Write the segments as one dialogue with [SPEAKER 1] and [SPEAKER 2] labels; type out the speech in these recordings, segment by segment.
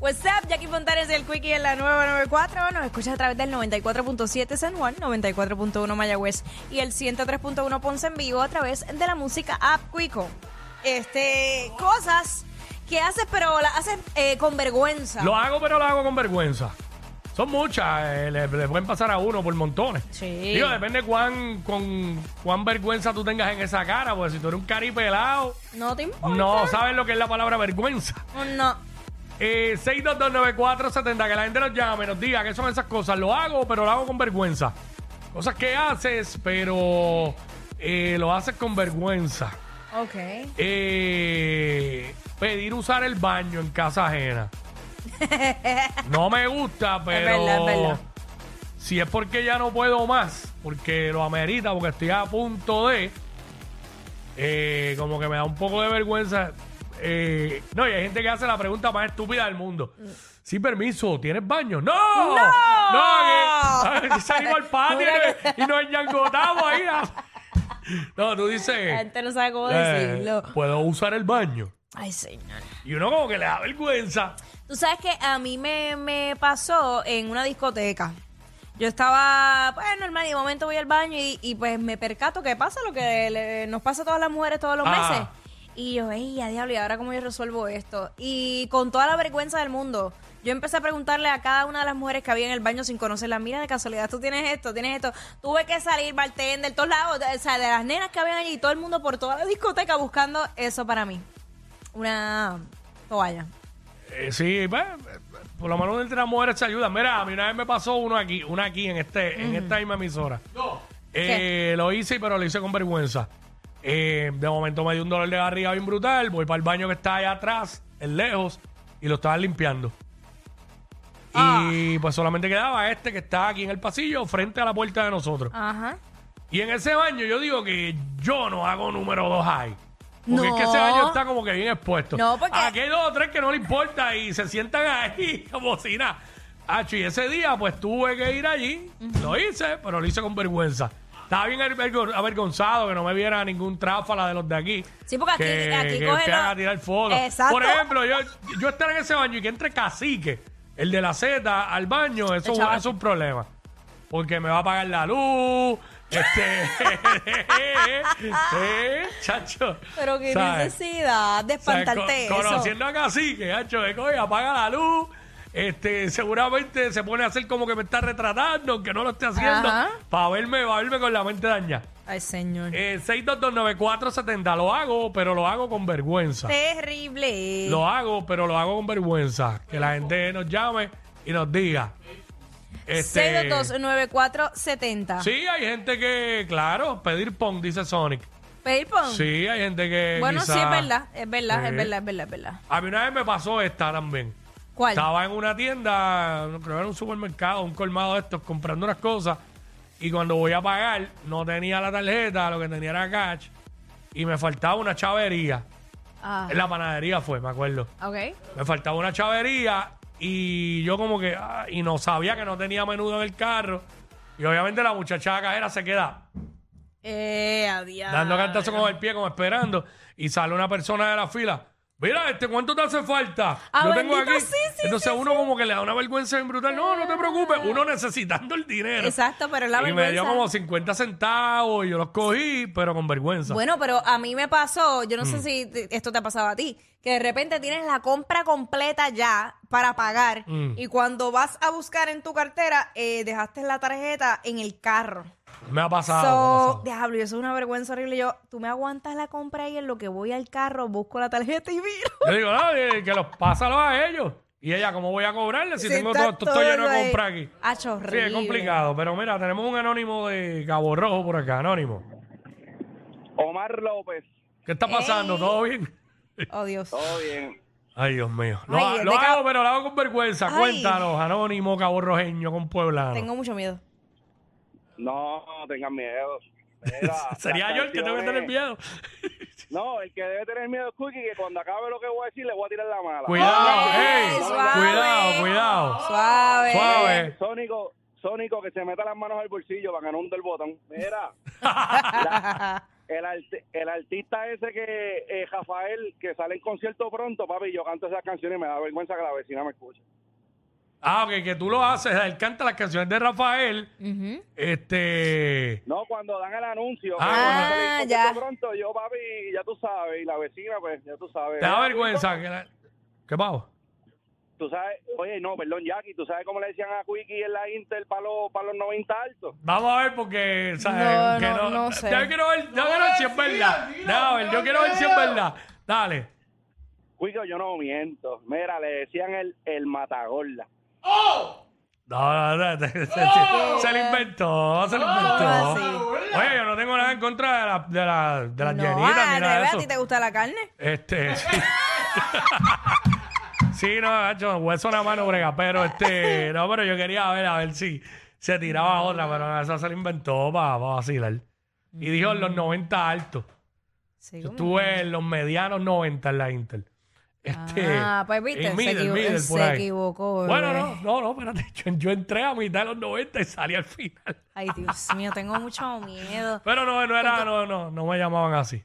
[SPEAKER 1] What's up, Jackie Fontanes del Quickie en la 994. Nos escuchas a través del 94.7 San Juan, 94.1 Mayagüez y el 103.1 Ponce en vivo a través de la música App Quico. Este, cosas que haces, pero las haces eh, con vergüenza.
[SPEAKER 2] Lo hago, pero lo hago con vergüenza. Son muchas, eh, le, le pueden pasar a uno por montones.
[SPEAKER 1] Sí.
[SPEAKER 2] Digo, depende cuán, con, cuán vergüenza tú tengas en esa cara, porque si tú eres un cari pelado,
[SPEAKER 1] no te importa.
[SPEAKER 2] no sabes lo que es la palabra vergüenza.
[SPEAKER 1] No.
[SPEAKER 2] Eh, 6229470, que la gente nos llame, nos diga qué son esas cosas. Lo hago, pero lo hago con vergüenza. Cosas que haces, pero eh, lo haces con vergüenza.
[SPEAKER 1] Ok.
[SPEAKER 2] Eh, pedir usar el baño en casa ajena. No me gusta, pero
[SPEAKER 1] verdad, es verdad.
[SPEAKER 2] si es porque ya no puedo más, porque lo amerita, porque estoy a punto de, eh, como que me da un poco de vergüenza. eh, no, y hay gente que hace la pregunta más estúpida del mundo.
[SPEAKER 1] Mm.
[SPEAKER 2] Sin permiso, ¿tienes baño? ¡No! ¡No! que- que salimos al patio y, nos enllangotamos ahí. No, tú
[SPEAKER 1] La
[SPEAKER 2] dices...
[SPEAKER 1] gente no sabe cómo
[SPEAKER 2] Eh,
[SPEAKER 1] decirlo.
[SPEAKER 2] Puedo usar el baño.
[SPEAKER 1] Ay, señor.
[SPEAKER 2] Y uno como que le da vergüenza.
[SPEAKER 1] Tú sabes que a mí me, me pasó en una discoteca. Yo estaba, pues normal, y de momento voy al baño y, y, pues me percato que pasa lo que le- nos pasa a todas las mujeres todos los
[SPEAKER 2] Ah.
[SPEAKER 1] meses. Y yo, ey, a diablo, ¿y ahora cómo yo resuelvo esto? Y con toda la vergüenza del mundo, yo empecé a preguntarle a cada una de las mujeres que había en el baño sin conocerla, mira, de casualidad, tú tienes esto, tienes esto. Tuve que salir, bartender, todos lados, o sea, de las nenas que habían allí, todo el mundo por toda la discoteca buscando eso para mí. Una toalla.
[SPEAKER 2] Eh, sí, pues, eh, por lo menos entre las mujeres se ayuda. Mira, a mí una vez me pasó uno aquí, una aquí en este, en esta misma emisora. Eh, lo hice, pero lo hice con vergüenza. Eh, de momento me dio un dolor de barriga bien brutal. Voy para el baño que está allá atrás, en lejos, y lo estaba limpiando. Y pues solamente quedaba este que está aquí en el pasillo, frente a la puerta de nosotros.
[SPEAKER 1] Ajá.
[SPEAKER 2] Y en ese baño yo digo que yo no hago número dos ahí. Porque
[SPEAKER 1] No.
[SPEAKER 2] es que ese baño está como que bien expuesto.
[SPEAKER 1] No, porque-
[SPEAKER 2] Aquí hay dos o tres que no le importa y se sientan ahí como si nada. Hacho, y ese día pues tuve que ir allí. Lo hice, pero lo hice con vergüenza. Estaba bien avergo- avergonzado que no me viera ningún tráfala de los de aquí.
[SPEAKER 1] Sí, porque aquí-
[SPEAKER 2] que,
[SPEAKER 1] aquí
[SPEAKER 2] que
[SPEAKER 1] cogen
[SPEAKER 2] empiezan
[SPEAKER 1] los-
[SPEAKER 2] a tirar fotos.
[SPEAKER 1] Exacto.
[SPEAKER 2] Por ejemplo, yo, yo estar en ese baño y que entre cacique, el de la Z, al baño, eso, eso
[SPEAKER 1] Chaval.
[SPEAKER 2] es un problema porque me va a pagar la luz. Este, eh, chacho.
[SPEAKER 1] Pero qué
[SPEAKER 2] ¿Sabes?
[SPEAKER 1] necesidad de
[SPEAKER 2] ¿Sabes?
[SPEAKER 1] espantarte
[SPEAKER 2] Co-
[SPEAKER 1] eso.
[SPEAKER 2] Conociendo a Cacique, chacho, es que, oye, apaga la luz. Este, seguramente se pone a hacer como que me está retratando, aunque no lo esté haciendo,
[SPEAKER 1] Ajá.
[SPEAKER 2] para verme, para verme con la mente dañada.
[SPEAKER 1] Ay, señor.
[SPEAKER 2] Eh, 6229470, lo hago, pero lo hago con vergüenza.
[SPEAKER 1] Terrible.
[SPEAKER 2] Lo hago, pero lo hago con vergüenza. Que la gente nos llame y nos diga. Este,
[SPEAKER 1] 6229470.
[SPEAKER 2] Sí, hay gente que, claro, pedir pon, dice Sonic.
[SPEAKER 1] Pedir pon.
[SPEAKER 2] Sí, hay gente que.
[SPEAKER 1] Bueno,
[SPEAKER 2] quizá-
[SPEAKER 1] sí, es verdad. Es verdad,
[SPEAKER 2] Sí.
[SPEAKER 1] es verdad, es verdad, es verdad.
[SPEAKER 2] A mí una vez me pasó esta también.
[SPEAKER 1] ¿Cuál?
[SPEAKER 2] Estaba en una tienda, no, creo que era un supermercado, un colmado de estos, comprando unas cosas. Y cuando voy a pagar, no tenía la tarjeta, lo que tenía era cash. Y me faltaba una chavería.
[SPEAKER 1] Ah,
[SPEAKER 2] En la panadería fue, me acuerdo.
[SPEAKER 1] ok.
[SPEAKER 2] Me faltaba una chavería y yo como que ah, y no sabía que no tenía menudo en el carro. Y obviamente la muchacha de la cajera se queda
[SPEAKER 1] Eh, adiós.
[SPEAKER 2] dando cantazo con el pie, como esperando, y sale una persona de la fila. Mira, este, ¿cuánto te hace falta?
[SPEAKER 1] Ah,
[SPEAKER 2] Yo tengo
[SPEAKER 1] bendito,
[SPEAKER 2] aquí.
[SPEAKER 1] sí, sí, Ah.
[SPEAKER 2] Entonces uno como que le da una vergüenza bien brutal. No, no te preocupes. Uno necesitando el dinero.
[SPEAKER 1] Exacto, pero la
[SPEAKER 2] y
[SPEAKER 1] vergüenza.
[SPEAKER 2] me dio como 50 centavos y yo los cogí, pero con vergüenza.
[SPEAKER 1] Bueno, pero a mí me pasó, yo no
[SPEAKER 2] Mm.
[SPEAKER 1] sé si te- esto te ha pasado a ti, que de repente tienes la compra completa ya para pagar
[SPEAKER 2] Mm.
[SPEAKER 1] y cuando vas a buscar en tu cartera eh, dejaste la tarjeta en el carro.
[SPEAKER 2] me ha pasado. me ha
[SPEAKER 1] So,
[SPEAKER 2] pasado.
[SPEAKER 1] diablo, y eso es una vergüenza horrible. Yo, tú me aguantas la compra y en lo que voy al carro busco la tarjeta y miro.
[SPEAKER 2] Yo digo, no, eh, que los pásalos a ellos. Y ella, ¿cómo voy a cobrarle si
[SPEAKER 1] Sí,
[SPEAKER 2] tengo
[SPEAKER 1] está
[SPEAKER 2] todo, todo lleno
[SPEAKER 1] todo
[SPEAKER 2] de
[SPEAKER 1] ahí.
[SPEAKER 2] compra aquí?
[SPEAKER 1] Ah, chorrible.
[SPEAKER 2] Sí, es complicado. Pero mira, tenemos un anónimo de Cabo Rojo por acá, anónimo.
[SPEAKER 3] Omar López.
[SPEAKER 2] ¿Qué está pasando?
[SPEAKER 1] Ey.
[SPEAKER 2] ¿Todo bien?
[SPEAKER 1] Oh, Dios.
[SPEAKER 3] Todo bien.
[SPEAKER 2] Ay, Dios mío. Lo,
[SPEAKER 1] Ay,
[SPEAKER 2] ha-
[SPEAKER 1] de
[SPEAKER 2] lo
[SPEAKER 1] ca-
[SPEAKER 2] hago, pero lo hago con vergüenza.
[SPEAKER 1] Ay.
[SPEAKER 2] Cuéntanos, Anónimo, Cabo Rojeño, con Puebla.
[SPEAKER 1] Tengo mucho miedo.
[SPEAKER 3] No, no tengan miedo. Mira,
[SPEAKER 2] Sería
[SPEAKER 3] las
[SPEAKER 2] yo el que tengo que
[SPEAKER 3] canciones-
[SPEAKER 2] tener miedo.
[SPEAKER 3] No, el que debe tener miedo es Cookie, que cuando acabe lo que voy a decir le voy a tirar la mala.
[SPEAKER 2] Cuidado,
[SPEAKER 1] Ay,
[SPEAKER 2] ey,
[SPEAKER 1] suave.
[SPEAKER 2] cuidado, cuidado.
[SPEAKER 1] Suave.
[SPEAKER 2] Suave.
[SPEAKER 3] Ah, Sónico, Sónico, que se meta las manos al bolsillo para ganar un del botón. Mira, el, arti- el artista ese que, eh, Rafael, que sale en concierto pronto, papi, yo canto esas canciones y me da vergüenza que la vecina me escuche.
[SPEAKER 2] Ah, ok, que tú lo haces. Él canta las canciones de Rafael.
[SPEAKER 1] Ujú.
[SPEAKER 2] Este.
[SPEAKER 3] No, cuando dan el anuncio.
[SPEAKER 2] Ah,
[SPEAKER 3] que van a
[SPEAKER 1] bueno.
[SPEAKER 3] salir
[SPEAKER 1] Ah,
[SPEAKER 3] en concierto
[SPEAKER 1] ya.
[SPEAKER 3] pronto, yo, papi, ya tú sabes, y la vecina, pues, ya tú sabes.
[SPEAKER 2] Te da
[SPEAKER 3] Mira,
[SPEAKER 2] vergüenza. que la- ¿Qué pavo?
[SPEAKER 3] Tú sabes, oye, no, perdón, Jackie, ¿tú sabes cómo le decían a Quickie en la Inter para los, para los 90 altos?
[SPEAKER 2] Vamos a ver porque, o sea,
[SPEAKER 1] No,
[SPEAKER 2] que
[SPEAKER 1] no, no sé.
[SPEAKER 2] Yo quiero ver, yo quiero ver si es verdad. Déjame ver, yo quiero ver si es verdad. Dale.
[SPEAKER 3] Quickie, yo no miento. Mira, le decían el, el matagorda.
[SPEAKER 2] No, no, no, te- te- te- se lo inventó, se lo
[SPEAKER 1] Ah,
[SPEAKER 2] inventó. Oye, yo no tengo nada en contra de la, de la, de las
[SPEAKER 1] No,
[SPEAKER 2] llenitas ni nada
[SPEAKER 1] Andrea,
[SPEAKER 2] de
[SPEAKER 1] ¿a ti
[SPEAKER 2] eso.
[SPEAKER 1] te gusta la carne?
[SPEAKER 2] Este. Sí, Sí, no, hecho hueso una mano brega, pero este. No, pero yo quería ver, a ver si se tiraba otra, pero esa se la inventó para vacilar. Y dijo en los
[SPEAKER 1] Mm.
[SPEAKER 2] 90 altos.
[SPEAKER 1] Sí,
[SPEAKER 2] Yo
[SPEAKER 1] ¿cómo?
[SPEAKER 2] estuve en los medianos 90 en la Inter. Este,
[SPEAKER 1] Ah, pues viste,
[SPEAKER 2] en
[SPEAKER 1] se,
[SPEAKER 2] middle,
[SPEAKER 1] equivo-
[SPEAKER 2] middle, por
[SPEAKER 1] se
[SPEAKER 2] ahí.
[SPEAKER 1] equivocó.
[SPEAKER 2] Bueno,
[SPEAKER 1] bebé.
[SPEAKER 2] no, no, no, espérate. Yo, yo entré a mitad de los 90 y salí al final.
[SPEAKER 1] Ay, Dios mío, tengo mucho miedo.
[SPEAKER 2] Pero no, no era, no, no, no me llamaban así.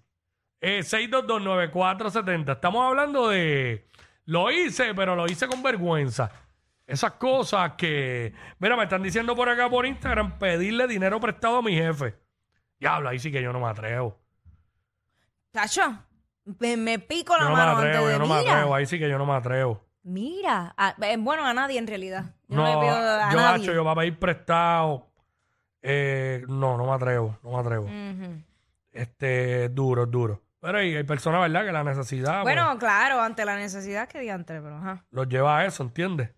[SPEAKER 2] Eh, 6229470. Estamos hablando de. Lo hice, pero lo hice con vergüenza. Esas cosas que. Mira, me están diciendo por acá por Instagram pedirle dinero prestado a mi jefe. Diablo, ahí sí que yo no me atrevo.
[SPEAKER 1] Chacho, me, me pico
[SPEAKER 2] Yo
[SPEAKER 1] la
[SPEAKER 2] no me
[SPEAKER 1] mano
[SPEAKER 2] atrevo,
[SPEAKER 1] antes
[SPEAKER 2] yo
[SPEAKER 1] de
[SPEAKER 2] no me
[SPEAKER 1] mira.
[SPEAKER 2] atrevo. Ahí sí que yo no me atrevo.
[SPEAKER 1] Mira, a- eh, bueno, a nadie en realidad. Yo no,
[SPEAKER 2] No,
[SPEAKER 1] le pido a
[SPEAKER 2] yo,
[SPEAKER 1] nadie.
[SPEAKER 2] macho, yo para pedir prestado. eh, no, no me atrevo, no me
[SPEAKER 1] Mm.
[SPEAKER 2] atrevo.
[SPEAKER 1] Ujú.
[SPEAKER 2] Este, es duro, es duro. Pero hay, hay personas, ¿verdad? Que la necesidad
[SPEAKER 1] bueno,
[SPEAKER 2] pues,
[SPEAKER 1] claro, ante la necesidad que diantre, pero ajá.
[SPEAKER 2] los lleva a eso, ¿entiendes?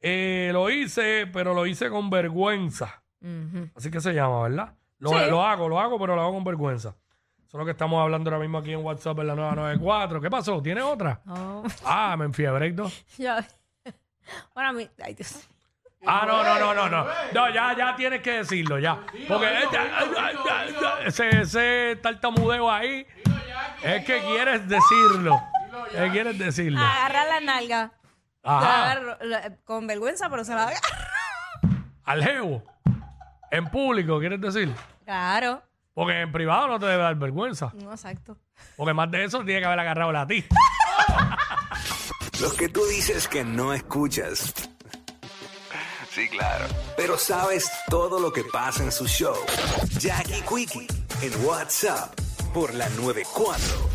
[SPEAKER 2] Eh, lo hice, pero lo hice con vergüenza.
[SPEAKER 1] Ujú.
[SPEAKER 2] Así que se llama, ¿verdad? Lo,
[SPEAKER 1] Sí.
[SPEAKER 2] lo hago, lo hago, pero lo hago con vergüenza. Eso es lo que estamos hablando ahora mismo aquí en WhatsApp en la 994. ¿Qué pasó? ¿Tiene otra?
[SPEAKER 1] No,
[SPEAKER 2] Ah, me enfiebre, Héctor.
[SPEAKER 1] ya- bueno, a mí, ay, Dios.
[SPEAKER 2] Ah, no, no, no, no, no. No, ya, ya tienes que decirlo, ya. Porque este- ese, ese tartamudeo ahí es que quieres decirlo. Es que quieres decirlo.
[SPEAKER 1] Agarra la nalga. La
[SPEAKER 2] Ajá.
[SPEAKER 1] agarro, la- con vergüenza, pero se la agarra.
[SPEAKER 2] Al jevo. En público, quieres decir.
[SPEAKER 1] Claro.
[SPEAKER 2] Porque en privado no te debe dar vergüenza.
[SPEAKER 1] No, exacto.
[SPEAKER 2] Porque más de eso tiene que haber agarrado la ti.
[SPEAKER 4] Los que tú dices que no escuchas. Sí, claro. Pero sabes todo lo que pasa en su show. Jackie Quickie en WhatsApp por la 94.